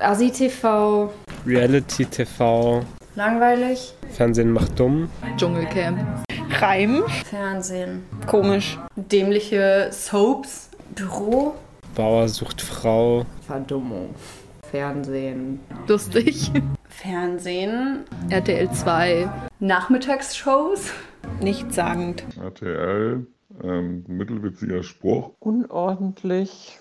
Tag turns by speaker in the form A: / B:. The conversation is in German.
A: ASI TV,
B: Reality TV,
A: langweilig,
B: Fernsehen macht dumm.
C: Dschungelcamp.
D: Reim.
A: Fernsehen,
D: Komisch.
C: Dämliche Soaps.
A: Büro,
B: Bauer sucht Frau.
E: Verdummung. Fernsehen.
C: Lustig.
D: Fernsehen.
C: RTL 2. Nachmittagsshows.
D: Nichtssagend.
F: RTL, ähm, Mittelwitziger Spruch.
G: Unordentlich.